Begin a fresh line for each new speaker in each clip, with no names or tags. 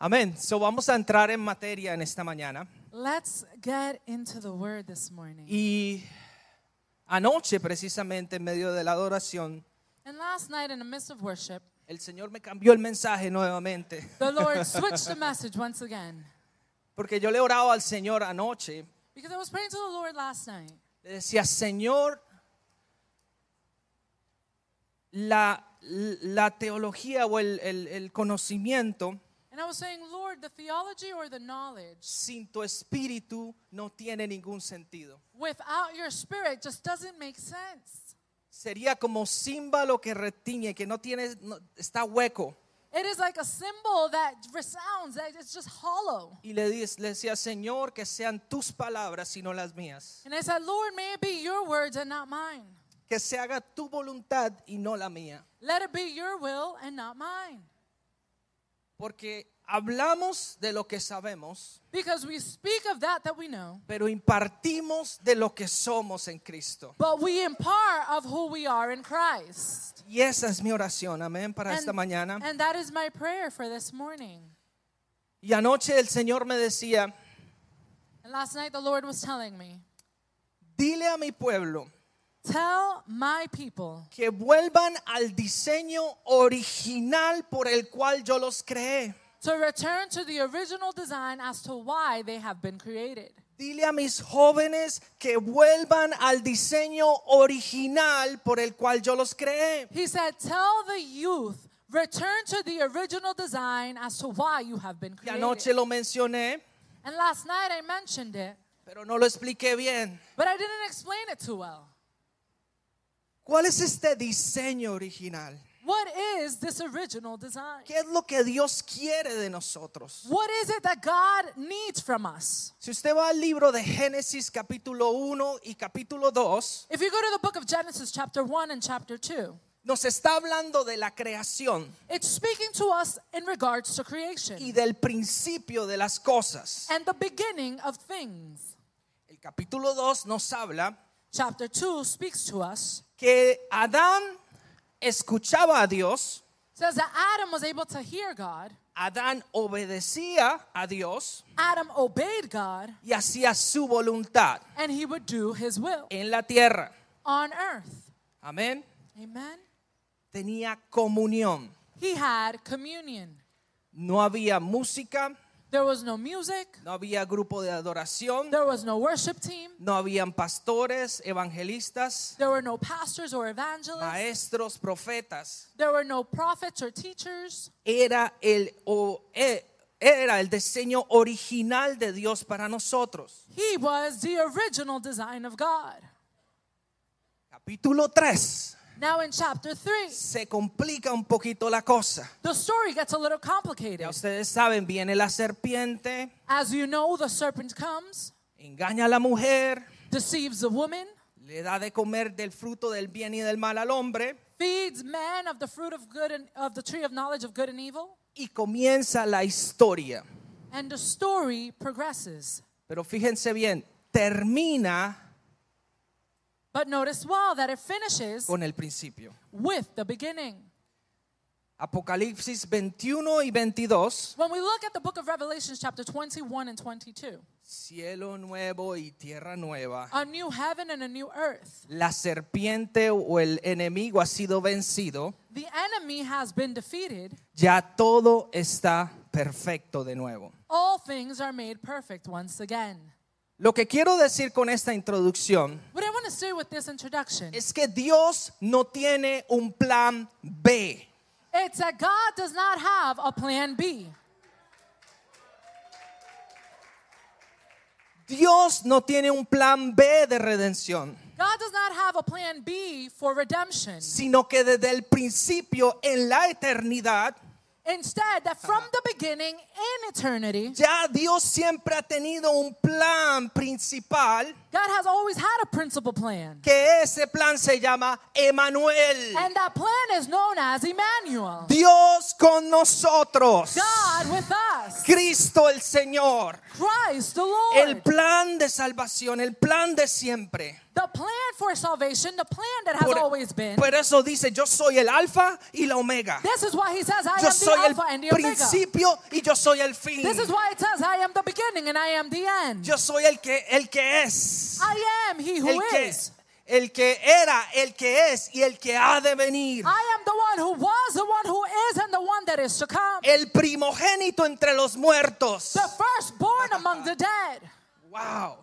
Amén. So vamos a entrar en materia en esta mañana.
Let's get into the word this morning.
Y anoche, precisamente en medio de la adoración,
And last night, in the midst of worship,
el Señor me cambió el mensaje nuevamente.
the Lord switched the message once again
Porque yo le oraba al Señor anoche.
because I was praying to the Lord last night.
Le decía, Señor, la, la teología o el- el- el conocimiento
And I was saying, Lord, the theology or the knowledge
sin tu espíritu no tiene ningún sentido.
without your spirit just doesn't make sense.
Sería como címbalo que retiñe, que no tiene, no- está hueco.
It is like a symbol that resounds, that it's just hollow.
Y le, dis- le decía, Señor, que sean tus palabras y no las mías.
And I said, Lord, may it be your words and not mine.
Que se haga tu voluntad y no la mía.
Let it be your will and not mine.
Porque hablamos de lo que sabemos,
Because we speak of that that we know,
pero impartimos de lo que somos en Cristo.
but we impart of who we are in Christ.
Y esa es mi oración, amén, para esta mañana.
and that is my prayer for this morning.
Y anoche el Señor me decía,
And last night the Lord was telling me,
dile a mi pueblo
Tell my people
que vuelvan al diseño original por el cual yo los creé.
to return to the original design as to why they have been created.
Dile a mis jóvenes que vuelvan al diseño original por el cual yo los creé.
He said, Tell the youth, return to the original design as to why you have been
Y anoche
created.
lo mencioné,
And last night I mentioned it,
pero no lo expliqué bien.
but I didn't explain it too well.
¿Cuál es este diseño original?
What is this original design?
¿Qué es lo que Dios quiere de nosotros?
What is it that God needs from us?
Si usted va al libro de Génesis capítulo 1 y capítulo 2,
If you go to the book of Genesis, chapter 1 and chapter 2,
nos está hablando de la creación
It's speaking to us in regards to
y
creation
del principio de las cosas.
and the beginning of things.
El capítulo 2 nos habla
Chapter 2 speaks to us,
que Adán escuchaba a Dios,
says that Adam was able to hear God,
Adán obedecía a Dios
Adam obeyed God,
y hacía su voluntad
and he would do his will
en la tierra.
on earth.
Amén.
Amen.
Tenía comunión.
He had communion.
No había música,
There was no music,
no había grupo de adoración,
there was no worship team,
no habían pastores, evangelistas,
there were no pastors or evangelists,
maestros, profetas.
there were no prophets or teachers.
Era el, o- e- era el diseño original de Dios para nosotros.
He was the original design of God.
Capítulo 3.
Now in chapter 3,
Se complica un poquito la cosa.
The story gets a little
Ya
complicated.
ustedes saben, viene la serpiente,
As you know, the serpent comes,
engaña a la mujer,
deceives the woman,
le da de comer del fruto del bien y del mal al hombre
feeds man of the fruit of good and of the tree of knowledge of good and evil,
y comienza la historia.
and the story progresses.
Pero fíjense bien, termina
But notice well that it finishes
con el principio.
with the beginning.
Apocalipsis 21 y 22,
When we look at the book of Revelations chapter 21 and 22,
cielo nuevo y tierra nueva.
a new heaven and a new earth,
La serpiente o el enemigo ha sido vencido,
the enemy has been defeated.
ya todo está perfecto de nuevo.
All things are made perfect once again.
Lo que quiero decir con esta introducción
What I want to say with this introduction
es que Dios no tiene un plan B.
It's that God does not have a plan B.
Dios no tiene un plan B de redención,
God does not have a plan B for redemption.
sino que desde el principio en la eternidad
Instead, that from the beginning in eternity,
ya Dios siempre ha tenido un plan principal,
God has always had a principal plan.
que ese plan se llama Emanuel.
And that plan is known as Emmanuel.
Dios con nosotros.
God with us.
Cristo el Señor,
Christ the Lord.
el plan de salvación, el plan de siempre.
the plan for salvation, the plan that has
Por,
always been.
por eso dice, yo soy el alfa y la omega.
This is why he says, I
Yo
am the
soy el
Alpha and the Omega.
principio y yo soy el fin.
This is why it says, I am the beginning and I am the end.
Yo soy el que, el que es.
I am he
El
who
que,
is.
el que era, el que es y el que ha de venir.
I am the one who was, the one who is, and the one that is to come.
El primogénito entre los muertos.
The firstborn among the dead.
Wow.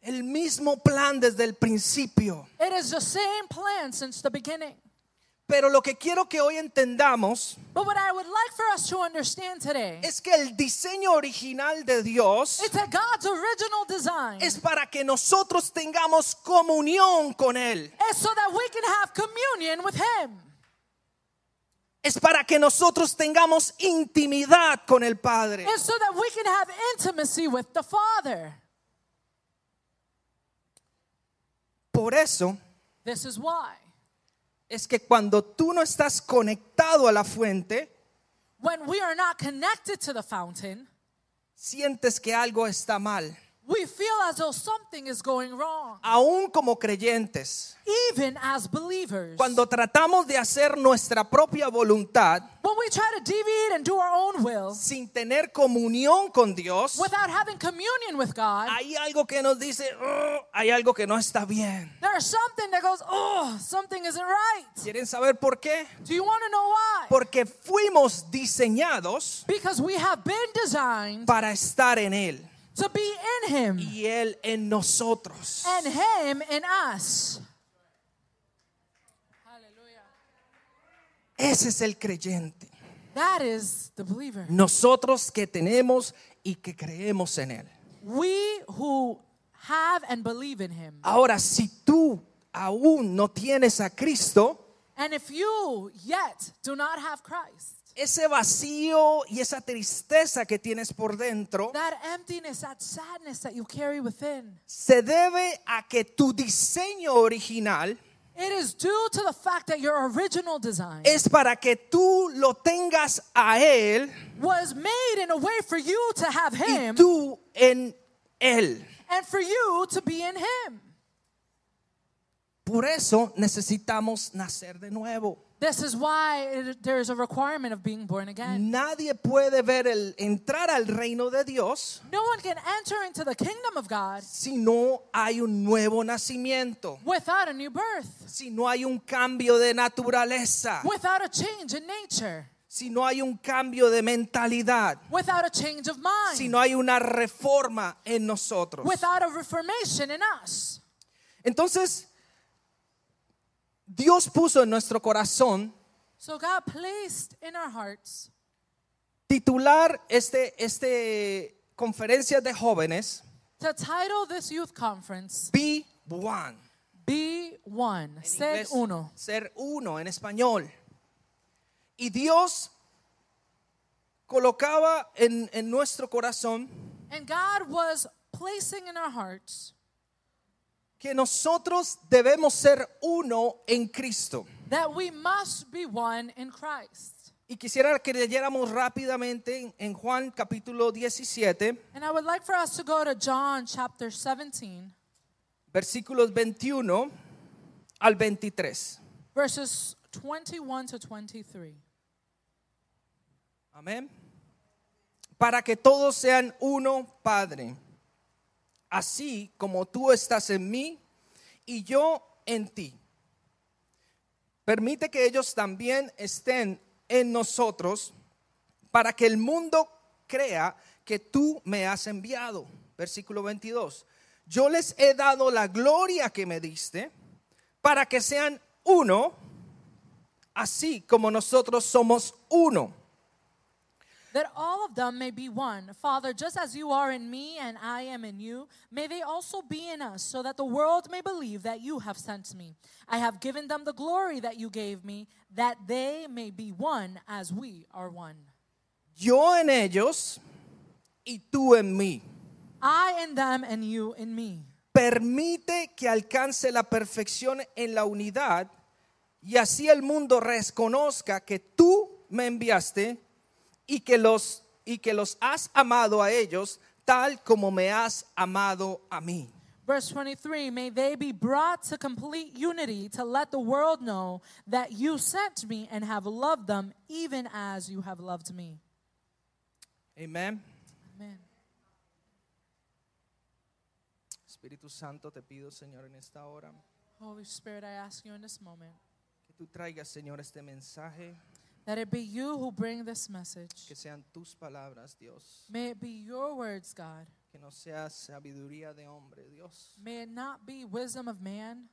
El mismo plan desde el principio.
It is the same plan since the beginning.
Pero lo que quiero que hoy entendamos
But what I would like for us to understand today
es que el diseño original de Dios
is that God's original design
es para que nosotros tengamos comunión con Él.
is so that we can have communion with Him.
Es para que nosotros tengamos intimidad con el Padre.
It's so that we can have intimacy with the Father.
Por eso
This is why.
es que cuando tú no estás conectado a la fuente,
When we are not connected to the fountain,
sientes que algo está mal.
we feel as though something is going wrong,
Aún como creyentes,
even as believers.
cuando tratamos de hacer nuestra propia voluntad,
when we try to deviate and do our own will
sin tener comunión con Dios,
without having communion with God,
hay algo que nos dice, "Oh, hay algo que no está bien.
there's something that goes, oh, something isn't right.
¿Quieren saber por qué?
Do you want to know why?
Porque fuimos diseñados
because we have been designed
para estar en Él
to be in Him
y Él en nosotros.
and Him in us. Hallelujah.
Ese es el creyente.
That is the believer.
Nosotros que tenemos y que creemos en Él.
We who have and believe in Him.
Ahora, si tú aún no tienes a Cristo,
And if you yet do not have Christ,
ese vacío y esa tristeza que tienes por dentro
that emptiness, that sadness that you carry within,
se debe a que tu diseño original
it is due to the fact that your original design
es para que tú lo tengas a Él
was made in a way for you to have
y
Him
tú en Él.
and for you to be in Him.
Por eso necesitamos nacer de nuevo.
This is why it, there is a requirement of being born again.
Nadie puede ver el entrar al reino de Dios
No one can enter into the kingdom of God
si no hay un nuevo nacimiento,
without a new birth,
si no hay un cambio de naturaleza,
without a change in nature,
si no hay un cambio de mentalidad,
without a change of mind,
si no hay una reforma en nosotros.
without a reformation in us.
Entonces, Dios puso en nuestro corazón
So God placed in our hearts
titular este, este conferencia de jóvenes
to title this youth conference
Be One.
Be One,
En
Ser
inglés,
Uno.
Ser uno en español. Y Dios colocaba en, en nuestro corazón
And God was placing in our hearts
que nosotros debemos ser uno en Cristo.
that we must be one in Christ.
Y quisiera que leyéramos rápidamente en, en Juan capítulo 17,
And I would like for us to go to John chapter 17,
versículos 21 al 23.
verses 21 to 23.
Amén. Para que todos sean uno, Padre. Así como tú estás en mí y yo en ti. Permite que ellos también estén en nosotros para que el mundo crea que tú me has enviado. Versículo 22. Yo les he dado la gloria que me diste para que sean uno, así como nosotros somos uno.
That all of them may be one. Father, just as you are in me and I am in you, may they also be in us, so that the world may believe that you have sent me. I have given them the glory that you gave me, that they may be one as we are one.
yo en ellos y tú en mí.
I in them and you in me.
Permite que alcance la perfección en la unidad y así el mundo reconozca que tú me enviaste y que los y que los has amado a ellos tal como me has amado a mí.
Verse 23 May they be brought to complete unity to let the world know that you sent me and have loved them even as you have loved me.
Amén.
Amen.
Espíritu Santo, te pido, Señor, en esta hora
Holy Spirit, I ask you in this moment
que tú traigas, Señor, este mensaje,
that it be you who bring this message.
que sean tus palabras, Dios,
May it be your words, God.
que no sea sabiduría de hombre, Dios,
May it not be wisdom of man,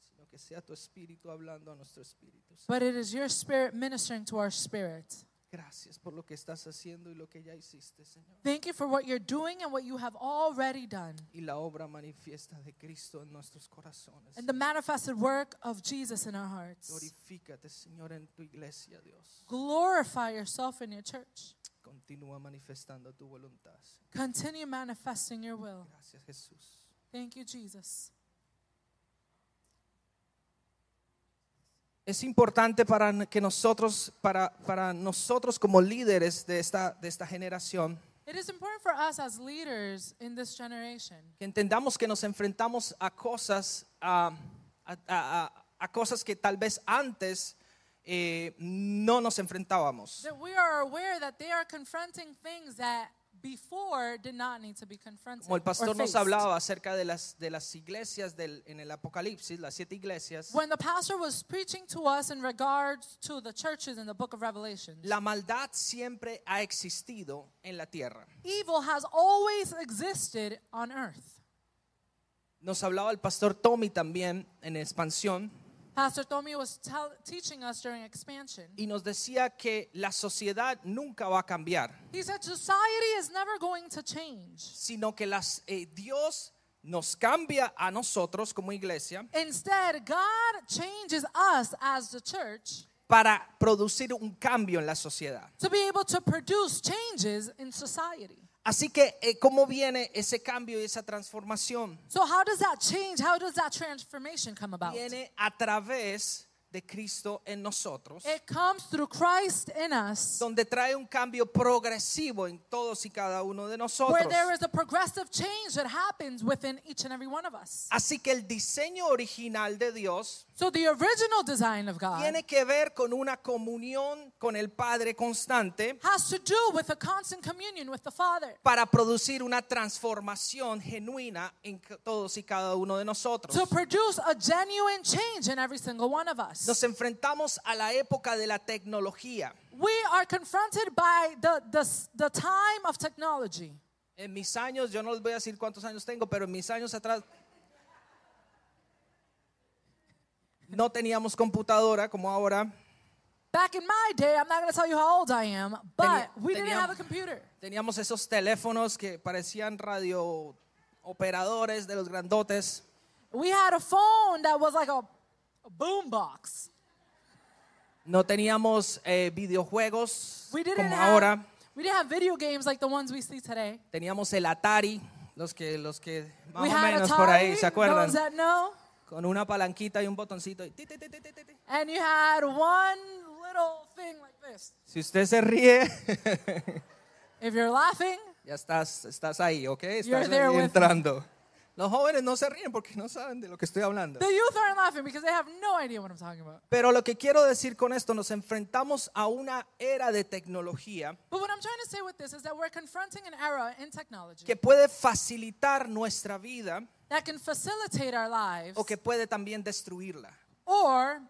sino que sea tu espíritu hablando a nuestro espíritu. Señor.
but it is your spirit ministering to our spirit.
Gracias por lo que estás haciendo y lo que ya hiciste, Señor.
Thank you for what you're doing and what you have already done.
Y la obra manifiesta de Cristo en nuestros corazones.
And the manifested work of Jesus in our hearts.
Glorifícate, Señor, en tu iglesia, Dios.
Glorify yourself in your church.
Continúa manifestando tu voluntad. Señor.
Continue manifesting your will.
Gracias, Jesús.
Thank you, Jesus.
Es importante para que nosotros, para, para nosotros como líderes de esta, de esta generación,
It is important for us as leaders in this generation
que entendamos que nos enfrentamos a cosas, ah, a, a- a- a cosas que tal vez antes eh, no nos enfrentábamos.
that we are aware that they are confronting things that before did not need to be confronted.
Como el
or
pastor nos
faced.
hablaba acerca de las, de las iglesias del, en el Apocalipsis, las siete iglesias,
When the pastor was preaching to us in regards to the churches in the book of Revelation,
la maldad siempre ha existido en la tierra.
evil has always existed on earth.
Nos hablaba el pastor Tommy también en expansión
Pastor Tommy was tell, teaching us during expansion.
y nos decía que la sociedad nunca va a cambiar,
He said society is never going to change.
sino que las, eh, Dios nos cambia a nosotros como iglesia
Instead, God changes us as the church
para producir un cambio en la sociedad.
to be able to produce changes in society.
Así que, eh, ¿cómo viene ese cambio y esa transformación?
So, how does that change? How does that transformation come about?
Viene a través de Cristo en nosotros,
It comes through Christ in us,
donde trae un cambio progresivo en todos y cada uno de
where
nosotros.
there is a progressive change that happens within each and every one of us.
Así que el diseño original de Dios
So, the original design of God
tiene que ver con una comunión con el Padre constante
has to do with a constant communion with the Father.
para producir una transformación genuina en c- todos y cada uno de nosotros.
to produce a genuine change in every single one of us.
Nos enfrentamos a la época de la tecnología.
We are confronted by the, the, the time of technology.
En mis años, yo no les voy a decir cuántos años tengo, pero en mis años atrás no teníamos computadora como ahora.
Back in my day, I'm not going to tell you how old I am, but
Teni-
we didn't
teníamos-
have a computer.
Teníamos esos teléfonos que parecían radio operadores de los grandotes.
We had a phone that was like a, a boom box.
No teníamos eh, videojuegos
We didn't
como
have,
ahora.
we didn't have video games like the ones we see today.
Teníamos el Atari, los que, los que más
we
o
had
menos
Atari,
por ahí, ¿se
those
acuerdan?
that know,
Con una palanquita y un botoncito. y ti, ti, ti, ti, ti, ti, ti.
and you had one little thing like this.
Si usted se ríe,
If you're laughing,
ya estás, estás ahí, ¿ok?
You're
Estás
there
ahí
with
entrando. Los jóvenes no se ríen porque no saben de lo que estoy hablando.
the youth aren't laughing because they have no idea what I'm talking about.
Pero lo que quiero decir con esto, nos enfrentamos a una era de tecnología
But what I'm trying to say with this is that we're confronting an era in technology
que puede facilitar nuestra vida
that can facilitate our lives
o que puede también destruirla.
or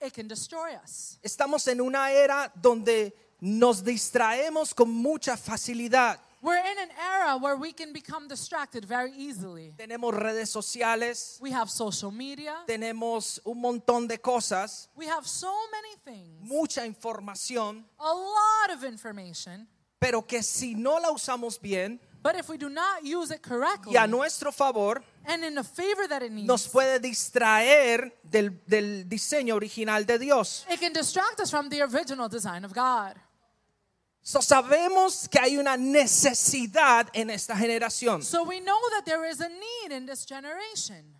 it can destroy us.
Estamos en una era donde nos distraemos con mucha facilidad.
We're in an era where we can become distracted very easily.
Tenemos redes sociales,
We have social media,
tenemos un montón de cosas,
we have so many things,
mucha información,
a lot of information,
pero que si no la usamos bien
but if we do not use it correctly
y a nuestro favor,
and in the favor that it needs,
nos puede distraer del, del diseño original de Dios.
it can distract us from the original design of God.
So, sabemos que hay una necesidad en esta generación.
So we know that there is a need in this generation.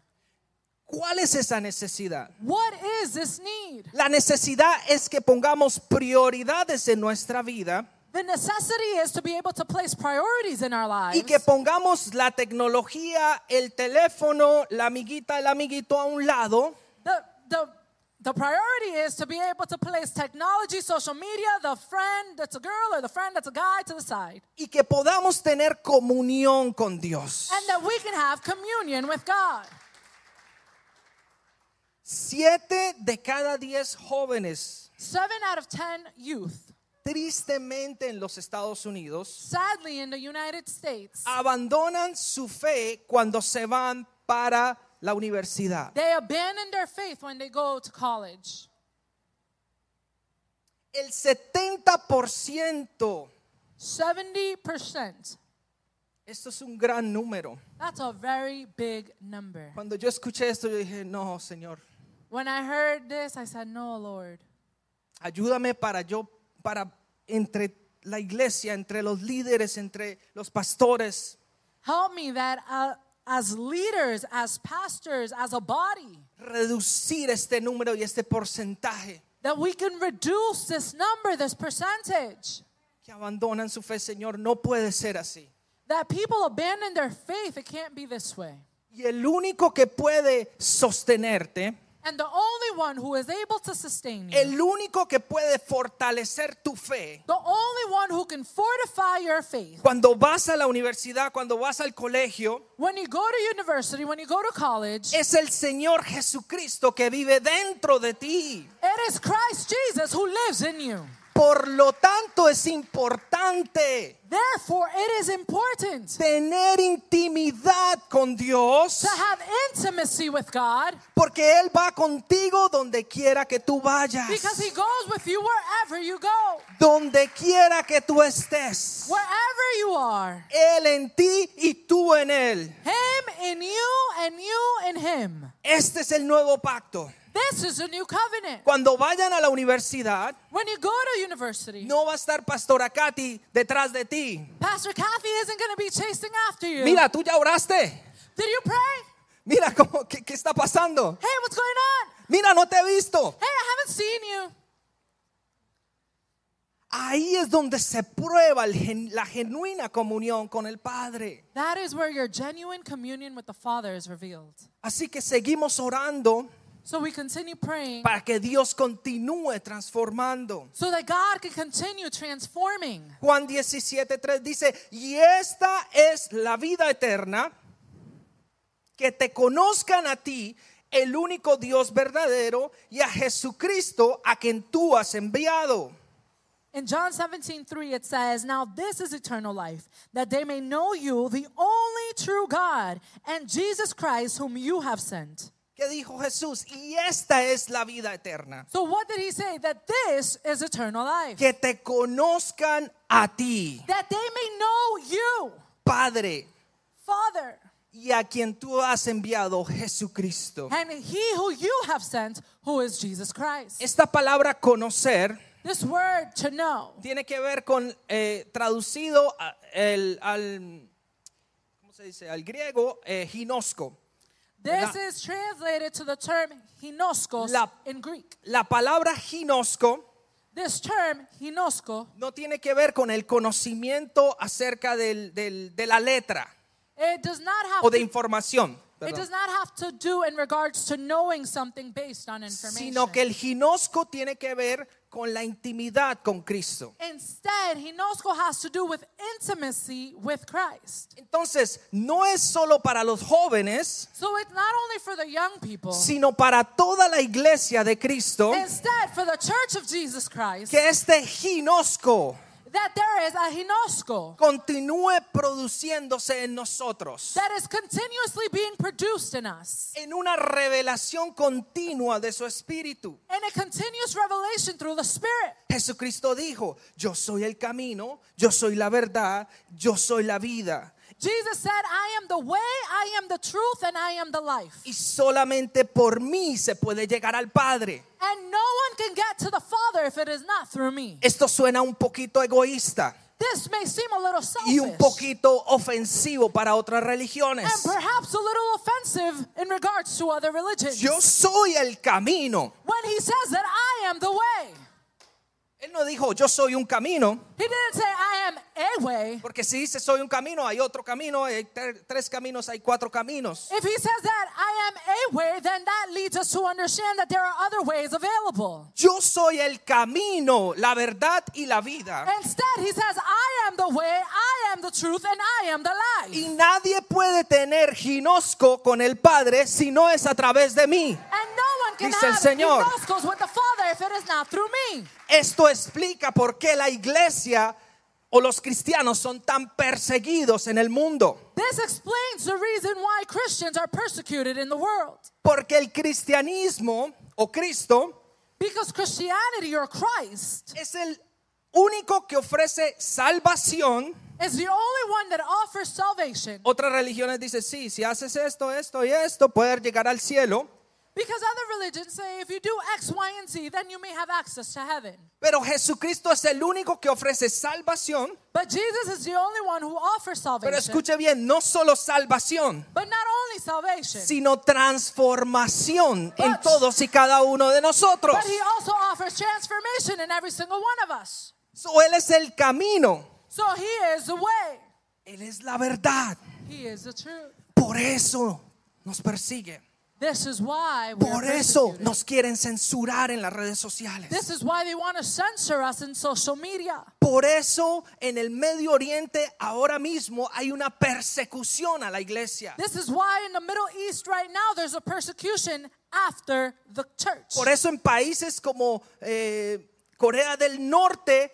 ¿Cuál es esa necesidad?
What is this need?
La necesidad es que pongamos prioridades en nuestra vida
The necessity is to be able to place priorities in our lives.
y que pongamos la tecnología, el teléfono, la amiguita, el amiguito a un lado
the, the, the priority is to be able to place technology, social media, the friend that's a girl or the friend that's a guy to the side.
y que podamos tener comunión con Dios.
And that we can have communion with God.
Siete de cada diez jóvenes,
Seven out of ten youth,
tristemente en los Estados Unidos,
sadly in the United States,
abandonan su fe cuando se van para la universidad.
they abandon their faith when they go to college.
El 70%,
70%.
esto es un gran número.
That's a very big number.
Cuando yo escuché esto, yo dije, no, Señor,
When I heard this, I said, No, Lord.
ayúdame para yo, para entre la iglesia, entre los líderes, entre los pastores,
Help me that uh, as leaders, as pastors, as a body,
reducir este número y este porcentaje
that we can reduce this number, this percentage,
que abandonan su fe, Señor, no puede ser así.
that people abandon their faith. It can't be this way.
Y el único que puede sostenerte,
And the only one who is able to sustain you,
el único que puede fortalecer tu fe,
the only one who can fortify your faith,
cuando vas a la universidad, cuando vas al colegio,
when you go to university, when you go to college,
es el Señor Jesucristo que vive dentro de ti.
it is Christ Jesus who lives in you.
Por lo tanto, es importante
Therefore, it is important
tener intimidad con Dios
to have intimacy with God
porque Él va contigo donde quiera que tú vayas,
because He goes with you wherever you go.
donde quiera que tú estés.
Wherever you are,
Él en ti y tú en Él.
Him in you and you in Him.
Este es el nuevo pacto.
This is a new covenant.
Cuando vayan a la universidad,
When you go to university,
no va a estar Pastora Katy detrás de ti.
Pastor Kathy isn't going to be chasing after you.
Mira, tú ya oraste.
Did you pray?
Mira, cómo, qué, ¿qué está pasando?
Hey, what's going on?
Mira, no te he visto.
Hey, I haven't seen you.
Ahí es donde se prueba el gen- la genuina comunión con el Padre.
That is where your genuine communion with the Father is revealed.
Así que seguimos orando
So we continue praying
para que Dios continúe transformando.
so that God can continue transforming.
Juan 17:3 dice, y esta es la vida eterna, que te conozcan a ti, el único Dios verdadero, y a Jesucristo a quien tú has enviado.
In John 17, 3, it says, Now this is eternal life, that they may know you, the only true God, and Jesus Christ, whom you have sent.
¿Qué dijo Jesús? Y esta es la vida eterna,
So, what did he say? That this is eternal life,
que te conozcan a ti,
that they may know you,
Padre,
Father,
y a quien tú has enviado, Jesucristo.
and he who you have sent, who is Jesus Christ.
Esta palabra conocer
This word to know,
tiene que ver con eh, traducido a- el- al ¿cómo se dice? al griego eh, ginosco.
this
La-
is translated to the term hinoskos
La-
in Greek.
La palabra ginosco
This term, hinosko,
no tiene que ver con el conocimiento acerca del- del- de la letra
it does not have
o de
to
información,
It
perdón,
does not have to do in regards to knowing something based on information.
sino que el ginosco tiene que ver con la intimidad con Cristo.
Instead, Hinosko has to do with intimacy with Christ.
Entonces, no es solo para los jóvenes,
So it's not only for the young people,
sino para toda la iglesia de Cristo,
instead, for the church of Jesus Christ,
que este ginosco
that there is a Hinosko
continúe produciéndose en nosotros
that is continuously being produced in us
en una revelación continua de su espíritu.
and a continuous revelation through the Spirit.
Jesucristo dijo, yo soy el camino, yo soy la verdad, yo soy la vida.
Jesus said, I am the way, I am the truth, and I am the life.
Y solamente por mí se puede llegar al Padre.
And no one can get to the Father if it is not through me.
Esto suena un poquito egoísta
This may seem a little selfish Ah,
y un poquito ofensivo para otras religiones.
and perhaps a little offensive in regards to other religions.
Yo soy el camino.
when he says that I am the way,
Él no dijo, yo soy un camino,
He didn't say, I am a way.
porque si dice soy un camino, hay otro camino, hay tre- tres caminos, hay cuatro caminos.
If he says that I am a way, then that leads us to understand that there are other ways available.
Yo soy el camino, la verdad y la vida.
Instead, he says, I am the way, I am the truth, and I am the life.
Y nadie puede tener ginosco con el Padre si no es a través de mí.
And no one can
Dice el
have
Señor.
goes with the Father if it is not through me.
Esto explica por qué la iglesia o los cristianos son tan perseguidos en el mundo.
This explains the reason why Christians are persecuted in the world.
Porque el cristianismo o Cristo
Because Christianity or Christ
es el único que ofrece salvación.
is the only one that offers salvation.
Otras religiones dicen, sí, si haces esto, esto y esto, puedes llegar al cielo.
Because other religions say if you do X, Y, and Z, then you may have access to heaven.
Pero Jesucristo es el único que ofrece salvación.
But Jesus is the only one who offers
Pero
salvation.
escuche bien, no solo salvación,
But not only salvation,
sino transformación en
But-
todos y cada uno de nosotros.
but he also offers transformation in every single one of us.
So, él es el camino,
So he is the way,
Él es la verdad.
he is the truth.
Por eso nos persigue.
This is why we're
Por eso
persecuted.
nos quieren censurar en las redes sociales.
This is why they want to censor us in social media.
Por eso en el Medio Oriente ahora mismo hay una persecución a la iglesia.
This is why in the Middle East right now there's a persecution after the church.
Por e- eso en países como eh, Corea del Norte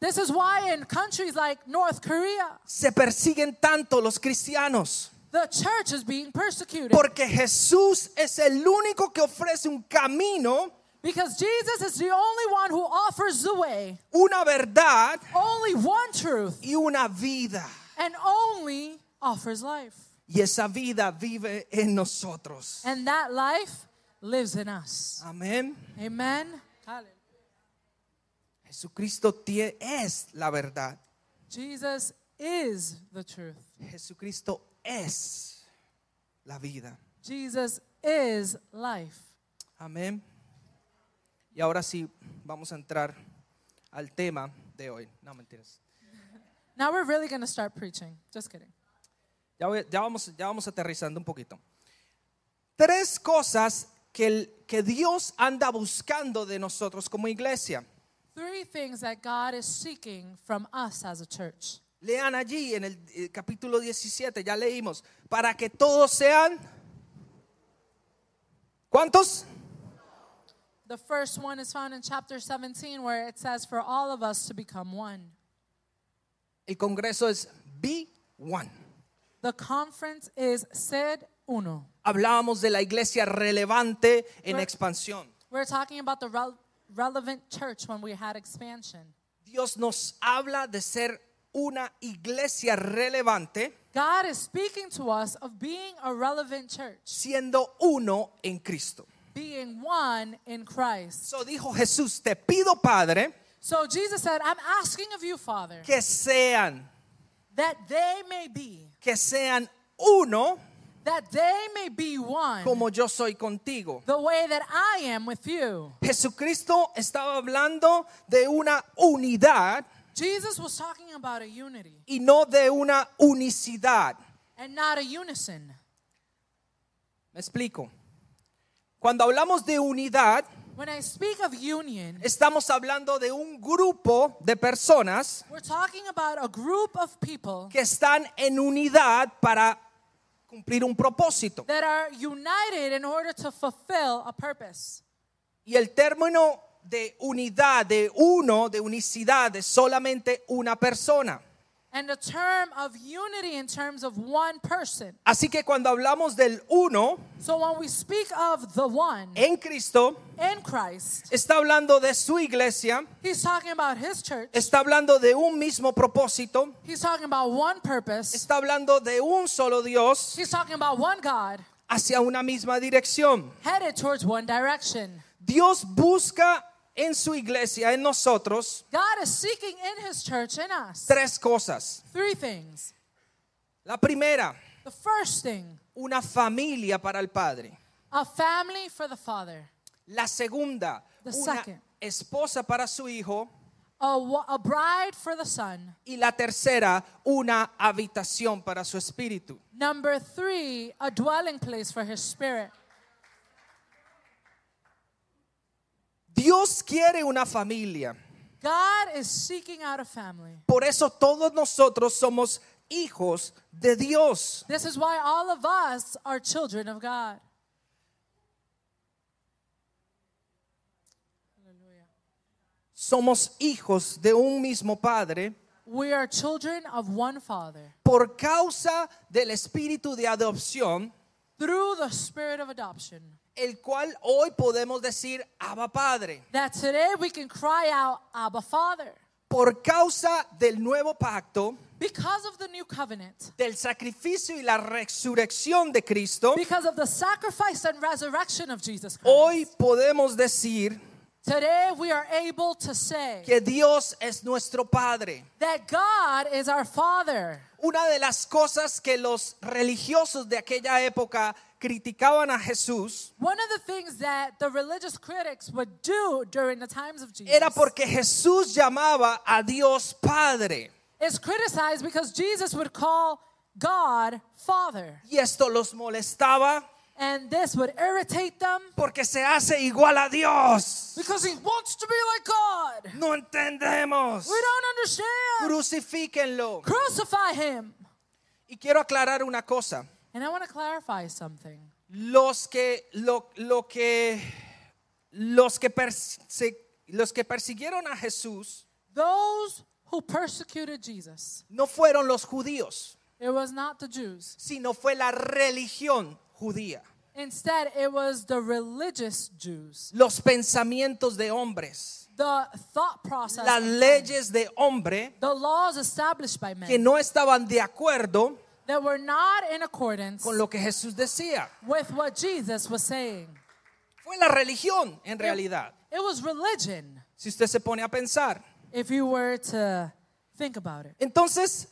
This is why in countries like North Korea,
se persiguen tanto los cristianos.
the church is being persecuted
Porque Jesús es el único que ofrece un camino,
because Jesus is the only one who offers the way,
una verdad
only one truth,
y una vida.
and only offers life.
Y esa vida vive en nosotros.
And that life lives in us.
Amén.
Amen.
Jesucristo tie- es la verdad.
Jesus is the truth.
Jesucristo es la vida.
Jesus is life.
Amén. Y ahora sí, vamos a entrar al tema de hoy. No, mentiras.
Now we're really going to start preaching. Just kidding.
Ya, voy- ya vamos, ya vamos aterrizando un poquito. Tres cosas que, el- que Dios anda buscando de nosotros como iglesia.
Three things that God is seeking from us as a church.
Lean allí en el eh, capítulo 17, ya leímos, para que todos sean... ¿Cuántos?
The first one is found in chapter 17 where it says for all of us to become one.
El Congreso es Be One.
The conference is Sed Uno.
Hablábamos de la iglesia relevante en
Right.
expansión.
We're talking about the rel- relevant church when we had expansion.
Dios nos habla de ser una iglesia relevante
God is speaking to us of being a relevant church,
siendo uno en Cristo.
being one in Christ.
So dijo Jesús, te pido Padre
So Jesus said, I'm asking of you, Father,
que sean,
that they may be,
que sean uno
that they may be one.
como yo soy contigo.
the way that I am with you.
Jesucristo estaba hablando de una unidad
Jesus was talking about a unity
y no de una unicidad.
and not a unison.
Me explico. Cuando hablamos de unidad,
When I speak of union,
estamos hablando de un grupo de personas
we're talking about a group of people
que están en unidad para cumplir un propósito.
that are united in order to fulfill a purpose.
Y el término de unidad, de uno, de unicidad, es solamente una persona.
And the term of unity in terms of one person.
Así que cuando hablamos del uno
So when we speak of the one
en Cristo,
in Christ,
está hablando de su iglesia,
he's talking about his church.
está hablando de un mismo propósito,
He's talking about one purpose.
está hablando de un solo Dios
He's talking about one God
hacia una misma dirección.
headed towards one direction.
Dios busca en su iglesia, en nosotros,
God is seeking in his church in us
tres cosas.
three things.
La primera,
The first thing,
una familia para el Padre.
a family for the Father.
La segunda,
The
una
second.
esposa para su hijo
a, wa- a bride for the son.
y la tercera, una habitación para su espíritu.
Number three, a dwelling place for his spirit.
Dios quiere una familia.
God is seeking out a family.
Por eso todos nosotros somos hijos de Dios.
This is why all of us are children of God.
Somos hijos de un mismo Padre
We are children of one Father
por causa del espíritu de adopción,
through the spirit of adoption.
el cual hoy podemos decir Abba Padre.
That today we can cry out, Abba, Father,
Por causa del nuevo pacto,
because of the new covenant,
del sacrificio y la resurrección de Cristo,
because of the sacrifice and resurrection of Jesus Christ.
hoy podemos decir
Today we are able to say
que Dios es nuestro Padre.
that God is our Father.
Una de las cosas que los religiosos de aquella época criticaban a Jesús
One of the things that the religious critics would do during the times of Jesus
era porque Jesús llamaba a Dios Padre.
is criticized because Jesus would call God Father.
Y esto los molestaba
And this would irritate them
porque se hace igual a Dios.
because he wants to be like God.
No entendemos.
We don't understand.
Crucifíquenlo.
Crucify him.
Y quiero aclarar una cosa.
And I want to clarify something.
Los que lo, lo que los que perse- los que persiguieron a Jesús
Those who persecuted Jesus,
no fueron los judíos,
it was not the Jews.
sino fue la religión judía,
Instead, it was the religious Jews,
los pensamientos de hombres,
the thought process,
las leyes de hombre
the laws established by
que
men
no estaban de acuerdo
that were not in accordance
con lo que Jesús decía.
with what Jesus was saying.
Fue la religión en realidad.
It was religion,
Si usted se pone a pensar,
if you were to think about it.
entonces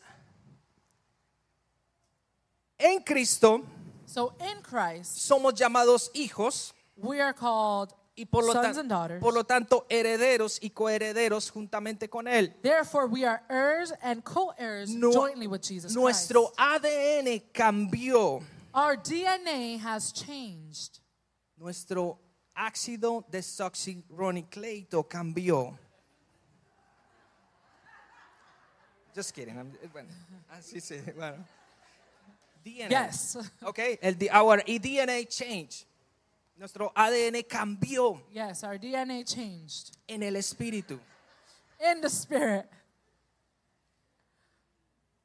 en Cristo
So in Christ,
somos llamados hijos
we are called
y por lo,
sons
tan-
and daughters.
por lo tanto herederos y coherederos juntamente con él.
Therefore, we are heirs and co-heirs
Nu-
jointly with Jesus Christ.
Nuestro ADN cambió,
Our DNA has changed.
nuestro ácido desoxirribonucleico cambió. Just kidding. I'm- eh, bueno, así sí, bueno. DNA.
Yes.
Okay, el D- our DNA change. Nuestro ADN cambió
Yes, our DNA changed
en el espíritu.
in the spirit.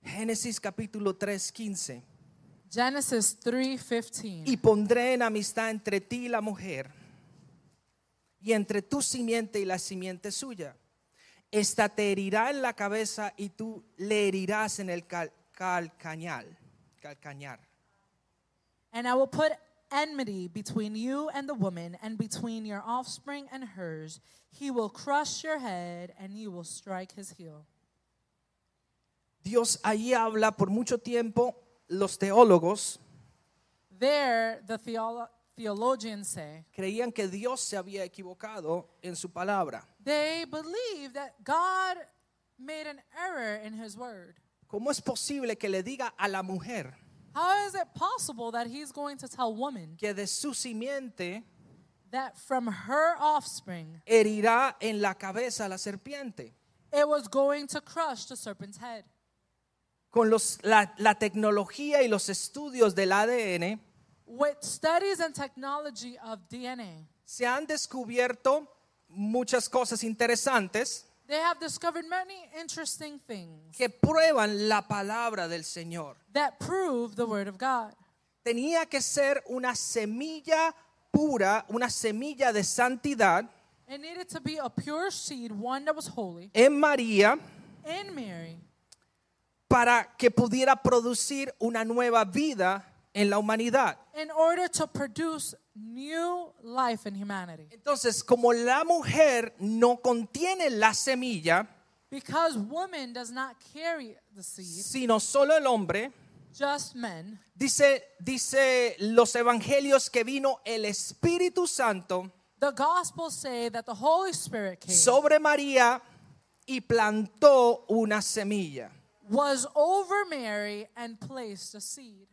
Génesis capítulo 3, 15.
Genesis 3:15.
Y pondré en amistad entre ti y la mujer, y entre tu simiente y la simiente suya. Esta te herirá en la cabeza y tú le herirás en el cal- calcañal. Calcañar.
And I will put enmity between you and the woman and between your offspring and hers. He will crush your head and you will strike his heel.
Dios ahí habla por mucho tiempo los teólogos
There the theolo- theologians say
creían que Dios se había equivocado en su palabra.
they believe that God made an error in his word.
¿Cómo es posible que le diga a la mujer
How is it possible that he's going to tell woman
que de su simiente
that from her offspring
herirá en la cabeza a la serpiente?
it was going to crush the serpent's head.
Con los- la, la tecnología y los estudios del ADN
With studies and technology of DNA,
se han descubierto muchas cosas interesantes
they have discovered many interesting things
que prueban la palabra del Señor.
that prove the Word of God.
Tenía que ser una semilla pura, una semilla de santidad
It needed to be a pure seed, one that was holy,
en María
in Mary,
para que pudiera producir una nueva vida en la humanidad.
in order to produce new life in humanity.
Entonces, como la mujer no contiene la semilla,
Because woman does not carry the seed,
sino solo el hombre,
just men.
dice, dice los evangelios que vino el Espíritu Santo
The The Gospels say that the Holy Spirit came,
sobre María y plantó una semilla.
was over Mary, and placed a seed.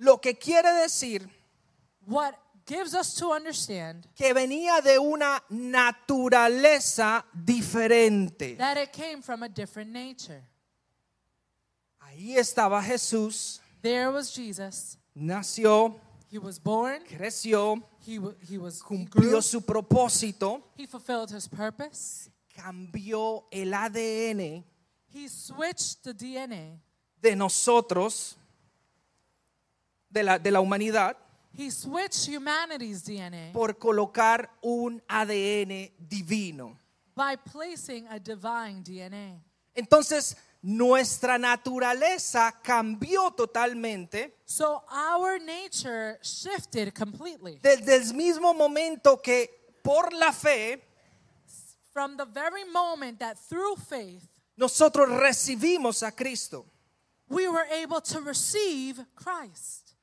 Lo que quiere decir
What gives us to understand
que venía de una naturaleza diferente.
that it came from a different nature.
Ahí estaba Jesús,
There was Jesus.
nació,
He was born.
creció,
He, wa- he was he grew.
cumplió su propósito,
He fulfilled his purpose.
cambió el ADN
He switched the DNA.
de nosotros, de la, de la humanidad,
He switched humanity's DNA
por colocar un ADN divino.
by placing a divine DNA.
Entonces, nuestra naturaleza cambió totalmente
So our nature shifted completely.
desde el mismo momento que por la fe
From the very moment that through faith
nosotros recibimos a Cristo.
we were able to receive Christ.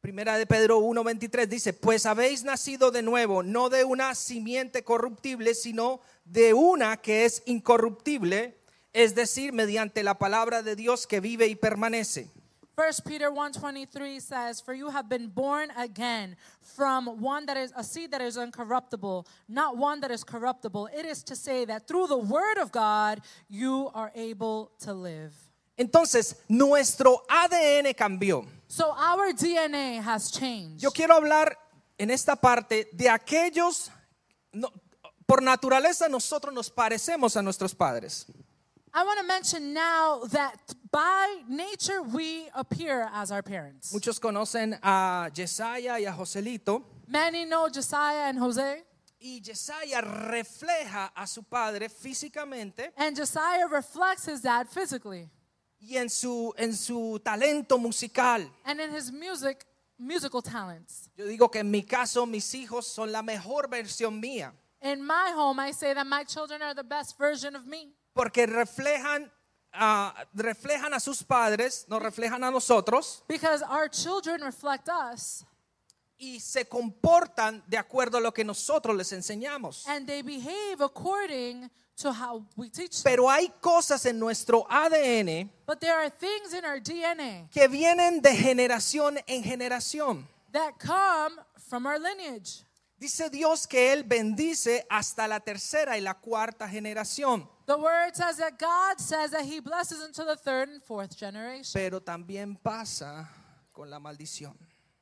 Primera de Pedro 1:23 dice, pues habéis nacido de nuevo, no de una simiente corruptible, sino de una que es incorruptible, es decir, mediante la palabra de Dios que vive y permanece.
1 Peter 1:23 says, "For you have been born again from one that is a seed that is incorruptible, not one that is corruptible. It is to say that through the word of God you are able to live."
Entonces, nuestro ADN cambió.
So our DNA has changed.
Yo quiero hablar en esta parte de aquellos, no, por naturaleza nosotros nos parecemos a nuestros padres.
I want to mention now that by nature we appear as our parents.
Muchos conocen a Yesaya y a Joselito.
Many know Josiah and Jose,
Y Yesaya refleja a su padre físicamente
and Josiah reflects his dad physically
y en su, en su talento musical.
and in his music musical talents.
Yo digo que en mi caso mis hijos son la mejor versión mía
In my home, I say that my children are the best version of me
porque reflejan, ah, reflejan a sus padres, nos reflejan a nosotros
because our children reflect us
y se comportan de acuerdo a lo que nosotros les enseñamos.
and they behave according to how we teach them.
Pero hay cosas en nuestro ADN
But there are things in our DNA
que vienen de generación en generación.
that come from our lineage.
Dice Dios que Él bendice hasta la tercera y la cuarta generación,
The word says that God says that He blesses into the third and fourth generation.
pero también pasa con la maldición.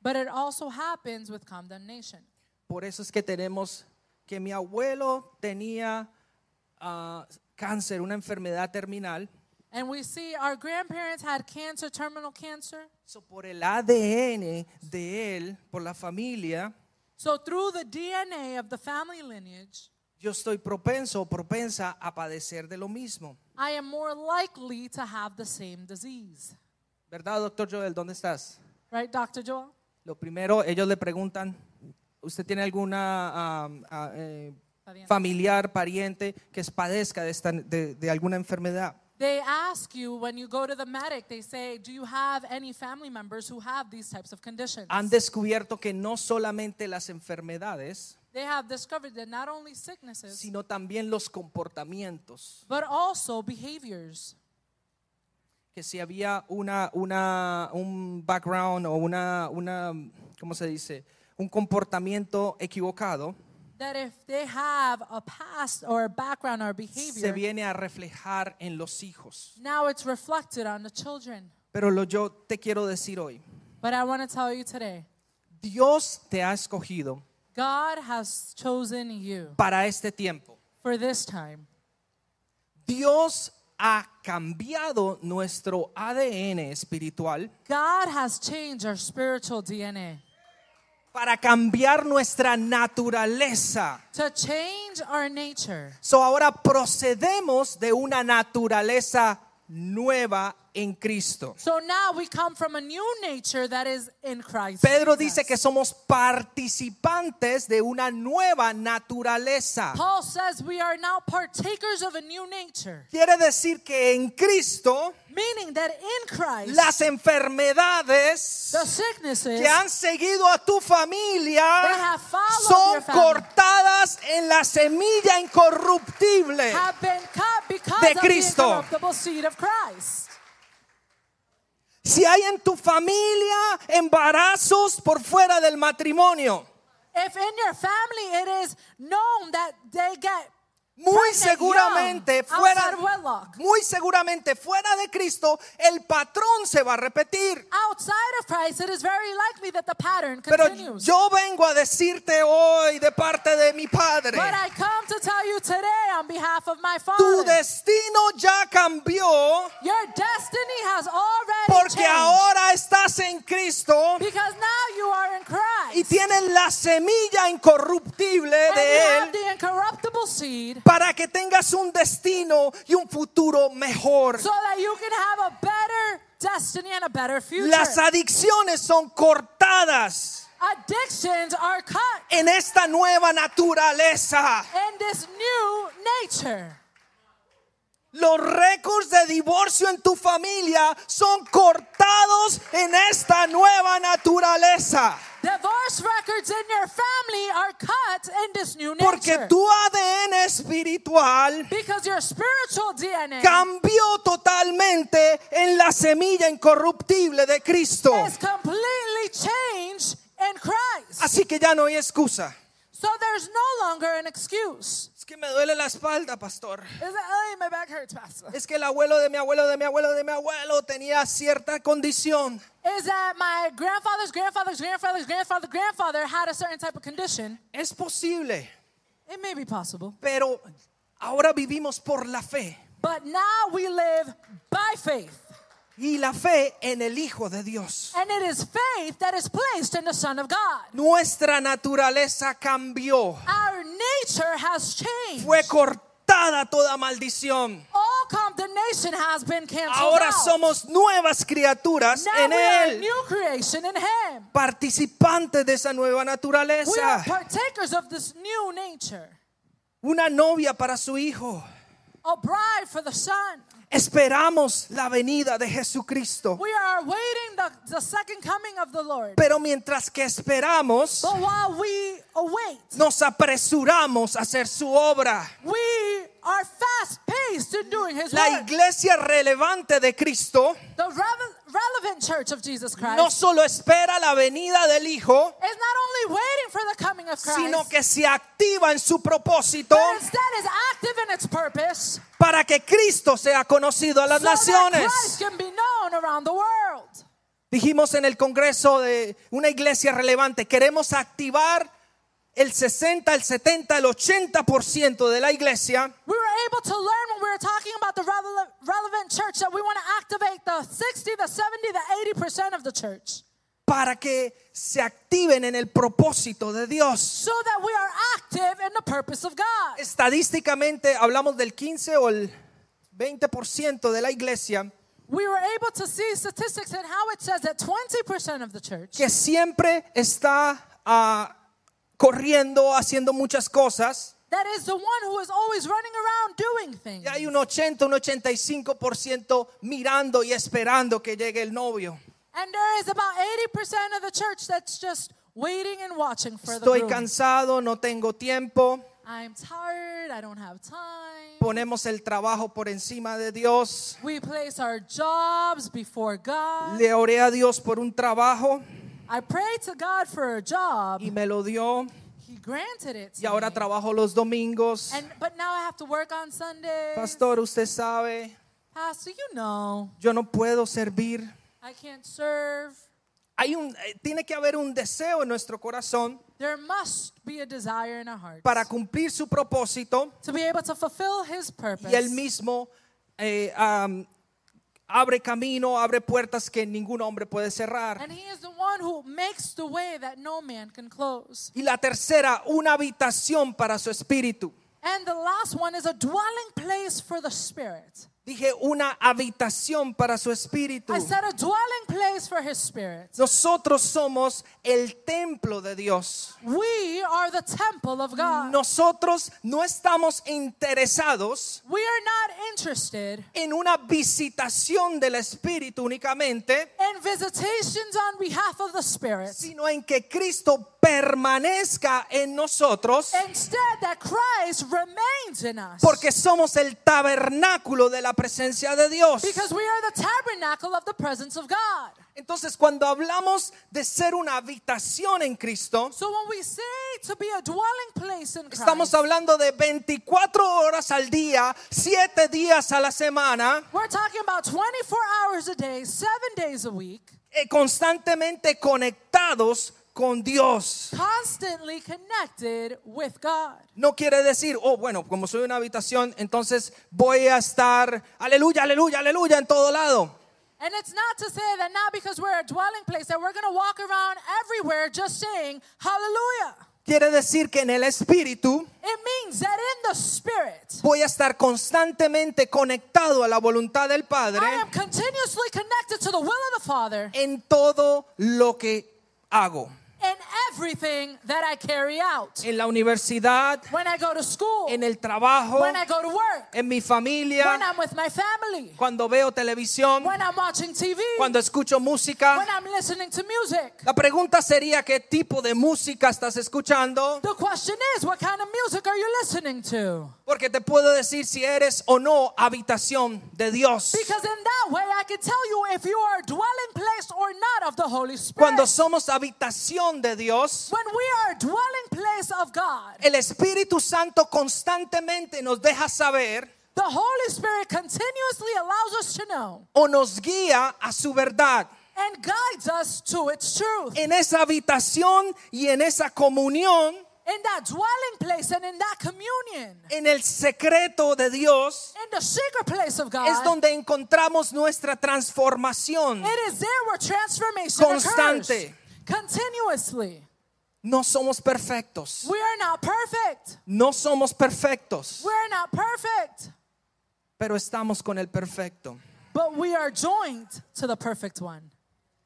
But it also happens with condemnation.
Por eso es que tenemos que mi abuelo tenía ah, cáncer, una enfermedad terminal.
And we see our grandparents had cancer, terminal cancer.
So, por el ADN de él, por la familia,
So through the DNA of the family lineage,
yo estoy propenso o propensa a padecer de lo mismo.
I am more likely to have the same disease.
¿Verdad, doctor Joel? ¿Dónde estás?
Right, Dr. Joel?
Lo primero, ellos le preguntan, ¿usted tiene alguna am, a- eh,
Pariente.
familiar, pariente que padezca de, esta- de- de alguna enfermedad?
They ask you when you go to the medic, they say, Do you have any family members who have these types of conditions?
Han descubierto que no solamente las enfermedades,
They have discovered that not only sicknesses,
sino también los comportamientos.
but also behaviors.
Que si había una, una, un background o una, una, ¿cómo se dice? Un comportamiento equivocado,
That if they have a past or a background or
se
behavior,
viene a reflejar en los hijos.
now it's reflected on the children.
Pero lo yo te quiero decir hoy,
But I want to tell you today
Dios te ha escogido
God has chosen you
para este tiempo.
for this time.
Dios ha cambiado nuestro ADN espiritual
God has changed our spiritual DNA.
para cambiar nuestra naturaleza.
to change our nature.
So ahora procedemos de una naturaleza nueva en Cristo.
So now we come from a new nature that is in Christ.
Pedro
Jesus.
dice que somos participantes de una nueva naturaleza.
Paul says we are now partakers of a new nature.
Quiere decir que en Cristo
Meaning that in Christ,
las enfermedades
the sicknesses
que han seguido a tu
They
familia
have followed
son
your family.
cortadas en la semilla incorruptible.
have been cut because
de
of
Cristo.
the incorruptible seed of Christ.
Si hay en tu familia embarazos por fuera del matrimonio,
If in your family it is known that they get
muy
pregnant
seguramente
young,
fuera
outside of wedlock,
muy seguramente fuera de Cristo el patrón se va a repetir.
outside of Christ, it is very likely that the pattern
Pero
continues.
yo vengo a decirte hoy de parte de mi Padre,
but I come to tell you today on behalf of my
tu
Father,
destino ya cambió
your destiny has already
porque
changed
ahora estás en Cristo
because now you are in
y
Christ
tienes la semilla incorruptible
and you
de
have
Él
the incorruptible seed
para que tengas un destino y un futuro mejor.
so that you can have a better destiny and a better future.
Las adicciones son cortadas
Addictions are cut
en esta nueva naturaleza.
in this new nature.
Los récords de divorcio en tu familia son cortados en esta nueva naturaleza.
Divorce records in your family are cut in this new
Porque
nature.
tu ADN espiritual
Because your spiritual DNA
cambió totalmente en la semilla incorruptible de Cristo.
is completely changed in Christ.
Así que ya no hay excusa.
So there's no longer an excuse.
Es que me duele la espalda, pastor.
It's like, "Ay, my back hurts, Pastor.
Es que el abuelo de mi abuelo, de mi abuelo, de mi abuelo tenía cierta condición.
Is that my grandfather's grandfather's grandfather's grandfather grandfather had a certain type of condition?
Es posible,
It may be possible.
pero ahora vivimos por la fe.
But now we live by faith.
Y la fe en el Hijo de Dios.
And it is faith that is placed in the Son of God.
Nuestra naturaleza cambió.
Our nature has changed.
Fue cortada toda maldición.
All condemnation has been canceled
Ahora
out.
somos nuevas criaturas
now
en
we are a
Él.
new creation in Him.
Participantes de esa nueva
We are
naturaleza.
partakers of this new nature.
Una novia para su Hijo.
A bride for the Son.
Esperamos la venida de Jesucristo.
We are awaiting the, the second coming of the Lord.
Pero mientras que esperamos,
But while we await,
nos apresuramos a hacer su obra.
we are fast paced in doing His
La
work.
iglesia relevante de Cristo
The revel- relevant church of Jesus Christ
no solo espera la venida del Hijo,
is not only waiting for the coming of Christ,
sino que se activa en su propósito
but instead is active in its purpose.
para que Cristo sea conocido a las
so that
naciones.
Christ can be known around the world.
Dijimos en el Congreso de una iglesia relevante, queremos activar el 60, el 70, el 80% de la iglesia
We were able to learn when we were talking about the rele- relevant church that we want to activate the 60, the 70, the 80% of the church
para que se activen en el propósito de Dios.
so that we are active in the purpose of God.
Estadísticamente hablamos del 15 o el 20% de la iglesia
We were able to see statistics and how it says that 20% of the church
que siempre está ah, corriendo, haciendo muchas cosas.
that is the one who is always running around doing things.
Y hay un 80, un 85% mirando y esperando que llegue el novio.
And there is about 80% of the church that's just waiting and watching for the
Estoy
groom.
cansado, no tengo tiempo.
I'm tired, I don't have time.
Ponemos el trabajo por encima de Dios.
We place our jobs before God.
Le oré a Dios por un trabajo
I pray to God for a job.
y me lo dio.
He granted it.
Y
To
ahora
me.
trabajo los domingos.
And but now I have to work on Sundays.
Pastor, usted sabe,
Pastor, you know,
yo no puedo servir.
I can't serve.
Hay un, eh, tiene que haber un deseo en nuestro corazón
There must be a desire in our hearts
para cumplir su propósito
to be able to fulfill His purpose.
y él mismo eh, am, abre camino, abre puertas que ningún hombre puede cerrar.
and He is the one who makes the way that no man can close.
Y la tercera, una habitación para su espíritu.
And the last one is a dwelling place for the Spirit.
Dije una habitación para su espíritu.
I set a dwelling place for his spirit.
Nosotros somos el templo de Dios.
We are the temple of God.
Nosotros no estamos interesados
We are not interested
en una visitación del espíritu únicamente,
in visitations on behalf of the spirit.
sino en que Cristo permanezca en nosotros
Instead, that Christ remains in us.
porque somos el tabernáculo de la presencia de Dios.
because we are the tabernacle of the presence of God.
Entonces, cuando hablamos de ser una habitación en Cristo,
So when we say to be a dwelling place in Christ,
Estamos hablando de 24 horas al día, 7 días a la semana,
we're talking about 24 hours a day, seven days a week,
eh, constantemente conectados con Dios.
constantly connected with God.
No quiere decir, oh, bueno, como soy una habitación, entonces voy a estar, aleluya, aleluya, aleluya, en todo lado.
And it's not to say that now because we're a dwelling place that we're going to walk around everywhere just saying hallelujah.
Quiere decir que en el Espíritu
It means that in the spirit,
voy a estar constantemente conectado a la voluntad del Padre
I am continuously connected to the will of the Father
en todo lo que hago.
in everything that I carry out.
En la universidad,
When I go to school,
en el trabajo,
when I go to work,
en mi familia,
when I'm with my family,
cuando veo televisión,
when I'm watching TV,
cuando escucho
when
música.
I'm listening to music.
La pregunta sería qué tipo de música estás escuchando,
The question is, what kind of music are you listening to?
porque te puedo decir si eres o no habitación de Dios.
Because in that way, I can tell you if you are a dwelling place or not of the Holy Spirit.
Cuando somos habitación de Dios,
When we are a dwelling place of God,
el Espíritu Santo constantemente nos deja saber
the Holy Spirit continuously allows us to know
o nos guía a su verdad.
and guides us to its truth.
En esa habitación y en esa comunión,
In that dwelling place and in that communion,
en el secreto de Dios,
in the secret place of God,
es donde encontramos nuestra transformación.
it is there where transformation
Constante.
occurs. Continuously.
No somos perfectos.
We are not perfect.
No somos perfectos,
We are not perfect.
pero estamos con el perfecto.
But we are joined to the perfect one.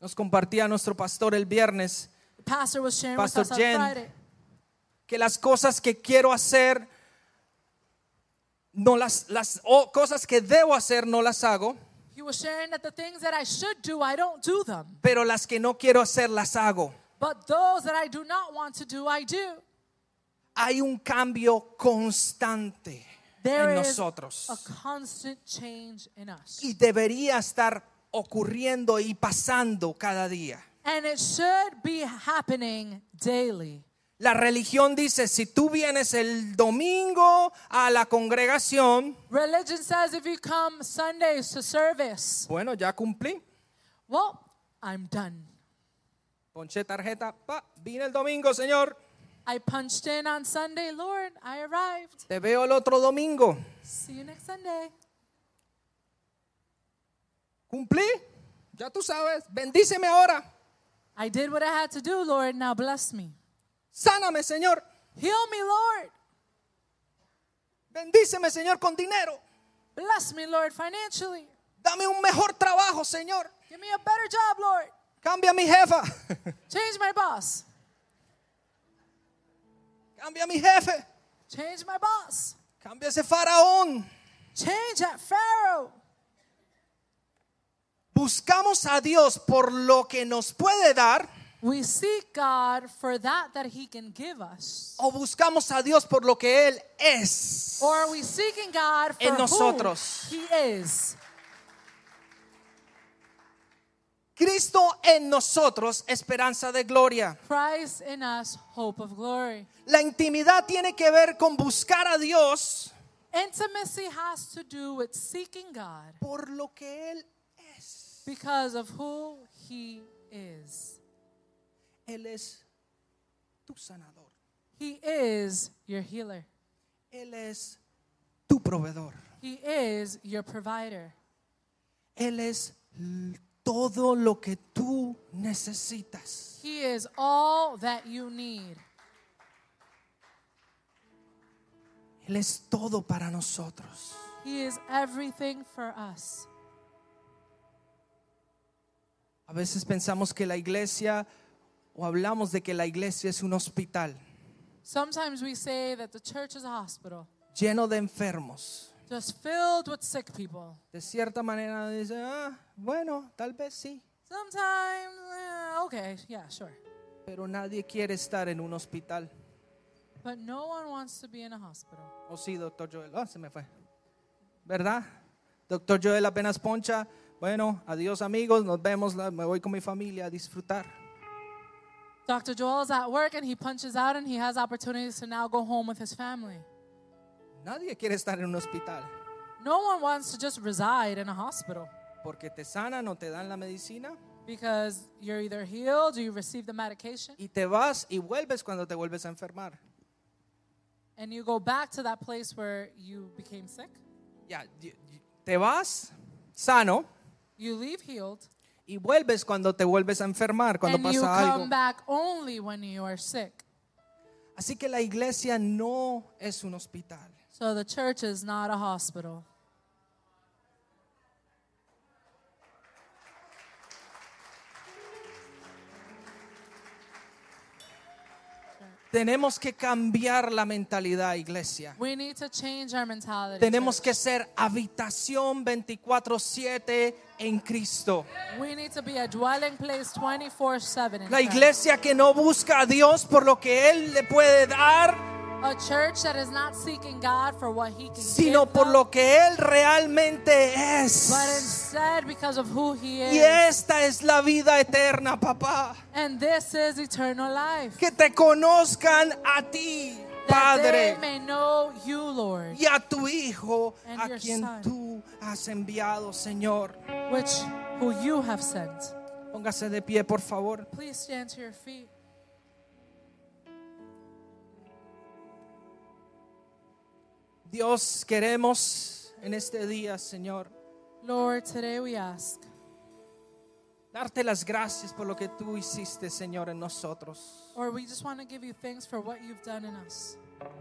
Nos compartía nuestro pastor el viernes
The pastor was sharing
Pastor
with us on
Jen.
Friday.
que las cosas que quiero hacer, no las, las o cosas que debo hacer no las hago,
He was sharing that the things that I should do, I don't do them.
pero las que no quiero hacer las hago.
But those that I do not want to do, I do.
Hay un cambio constante
There
en
is
nosotros
a constant change in us.
y debería estar ocurriendo y pasando cada día.
And it should be happening daily.
La religión dice, si tú vienes el domingo a la congregación,
Religion says if you come Sundays to service,
bueno, ya cumplí.
well, I'm done.
Ponché tarjeta, pa, vine el domingo, Señor.
I punched in on Sunday, Lord, I arrived.
Te veo el otro domingo.
See you next Sunday.
Cumplí, ya tú sabes. Bendíceme ahora.
I did what I had to do, Lord. Now bless me.
Sáname, Señor.
Heal me, Lord.
Bendíceme, Señor, con dinero.
Bless me, Lord, financially.
Dame un mejor trabajo, Señor.
Give me a better job, Lord.
Cambia a mi jefa.
Change my boss.
Cambia a mi jefe.
Change my boss.
Cambia ese faraón.
Change that Pharaoh.
Buscamos a Dios por lo que nos puede dar
We seek God for that that He can give us.
o buscamos a Dios por lo que Él es.
Or are we seeking God for
En nosotros.
who He is?
Cristo en nosotros, esperanza de gloria.
Christ in us, hope of glory.
La intimidad tiene que ver con buscar a Dios
Intimacy has to do with seeking God
por lo que Él es.
because of who He is.
Él es tu sanador.
He is your healer.
Él es tu proveedor.
He is your provider.
Él es l- todo lo que tú necesitas.
He is all that you need.
Él es todo para nosotros.
He is everything for us.
A veces pensamos que la iglesia o hablamos de que la iglesia es un hospital
Sometimes we say that the church is a hospital,
lleno de enfermos.
just filled with sick people.
De cierta manera dice, "Ah, bueno, tal vez sí,
Sometimes, eh, okay, yeah, sure.
pero nadie quiere estar en un hospital.
But no one wants to be in a hospital.
O sí, doctor Joel, Ah, se me fue. ¿Verdad? Doctor Joel apenas poncha. Bueno, adiós amigos, nos vemos, la- me voy con mi familia a disfrutar.
Dr. Joel is at work and he punches out and he has opportunities to now go home with his family.
Nadie quiere estar en un hospital
No one wants to just reside in a hospital
porque te sanan o te dan la medicina
because you're either healed or you receive the medication
y te vas y vuelves cuando te vuelves a enfermar.
and you go back to that place where you became sick.
Ya, y- y- te vas sano
You leave healed
y vuelves cuando te vuelves a enfermar, cuando
and you
pasa
come
algo.
back only when you are sick.
Así que la iglesia no es un hospital.
So the church is not a hospital.
Tenemos que cambiar la mentalidad, iglesia.
We need to change our mentality.
Tenemos
church.
que ser habitación 24/7 en Cristo.
we need to be a dwelling place 24 7.
La iglesia que no busca a Dios por lo que Él le puede dar,
A church that is not seeking God for what He can
sino
give
por
them,
lo que Él realmente
but
es.
instead because of who He is.
Y esta es la vida eterna, papá.
And this is eternal life.
Que te conozcan a ti,
That
Padre,
they may know You, Lord,
y a tu Hijo,
And
a
your
quien
son.
tú has enviado, Señor.
which who You have sent.
Póngase de pie, por favor.
Please stand to your feet.
Dios, queremos en este día, Señor,
Lord, today we ask
darte las gracias por lo que tú hiciste, Señor, en nosotros.
Or we just want to give you thanks for what you've done in us.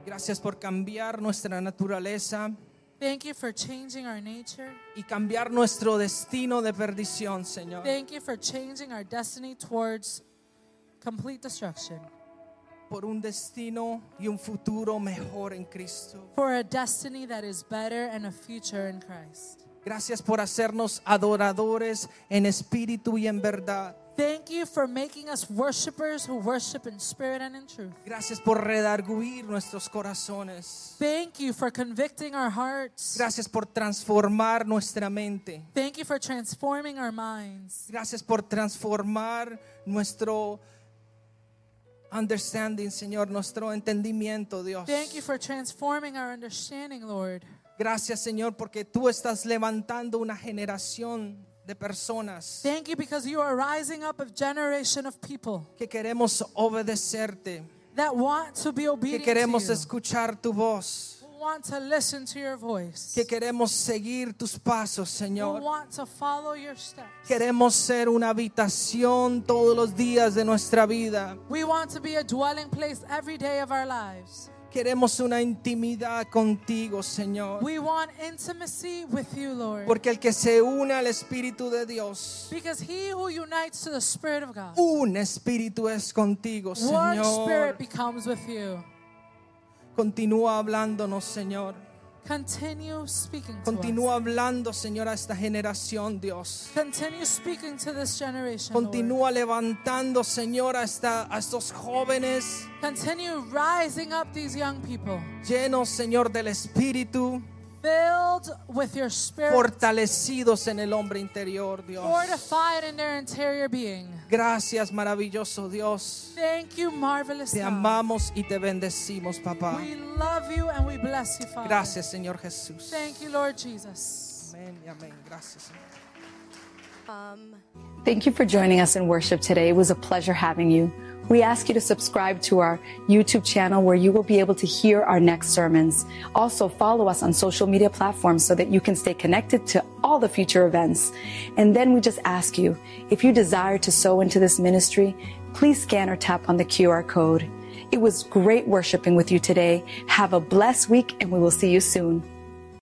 Gracias por cambiar nuestra naturaleza
Thank you for changing our nature.
y cambiar nuestro destino de perdición, Señor,
Thank you for changing our destiny towards complete destruction,
por un destino y un futuro mejor en Cristo.
for a destiny that is better and a future in Christ.
Gracias por hacernos adoradores en espíritu y en verdad.
Thank you for making us worshipers who worship in spirit and in truth.
Gracias por redarguir nuestros corazones.
Thank you for convicting our hearts.
Gracias por transformar nuestra mente.
Thank you for transforming our minds.
Gracias por transformar nuestro understanding, Señor, nuestro entendimiento, Dios.
Thank you for transforming our understanding, Lord.
Gracias, Señor, porque tú estás levantando una generación de personas
Thank you because you are rising up a generation of people.
que queremos obedecerte,
that want to be
que
obedient
queremos
to you,
escuchar tu voz,
who want to listen to your voice,
que queremos seguir tus pasos,
who
Señor.
want to follow your steps.
Queremos ser una habitación todos los días de nuestra vida.
We want to be a dwelling place every day of our lives.
Queremos una intimidad contigo, Señor.
We want intimacy with you, Lord.
Porque el que se une al Espíritu de Dios,
Because he who unites to the Spirit of God,
un Espíritu es contigo,
one Spirit
Señor.
becomes with you.
Continúa hablándonos, Señor.
Continue speaking to
Continúa hablando, Señor, a esta generación, Dios.
us. Continue speaking to this generation. Lord.
Continúa levantando, Señor, a, esta- a estos jóvenes
Continue rising up these young people,
llenos, Señor, del Espíritu,
filled with your Spirit,
fortalecidos en el hombre interior, Dios.
fortified in their interior being.
Gracias, maravilloso Dios.
Thank you, marvelous
Te
God.
amamos y te bendecimos, papá.
We love you and we bless you, Father.
Gracias, Señor Jesús.
Thank you, Lord Jesus.
Amén y amén. Gracias, Señor.
Thank you for joining us in worship today. It was a pleasure having you. We ask you to subscribe to our YouTube channel where you will be able to hear our next sermons. Also, follow us on social media platforms so that you can stay connected to all the future events. And then we just ask you if you desire to sow into this ministry, please scan or tap on the QR code. It was great worshiping with you today. Have a blessed week, and we will see you soon.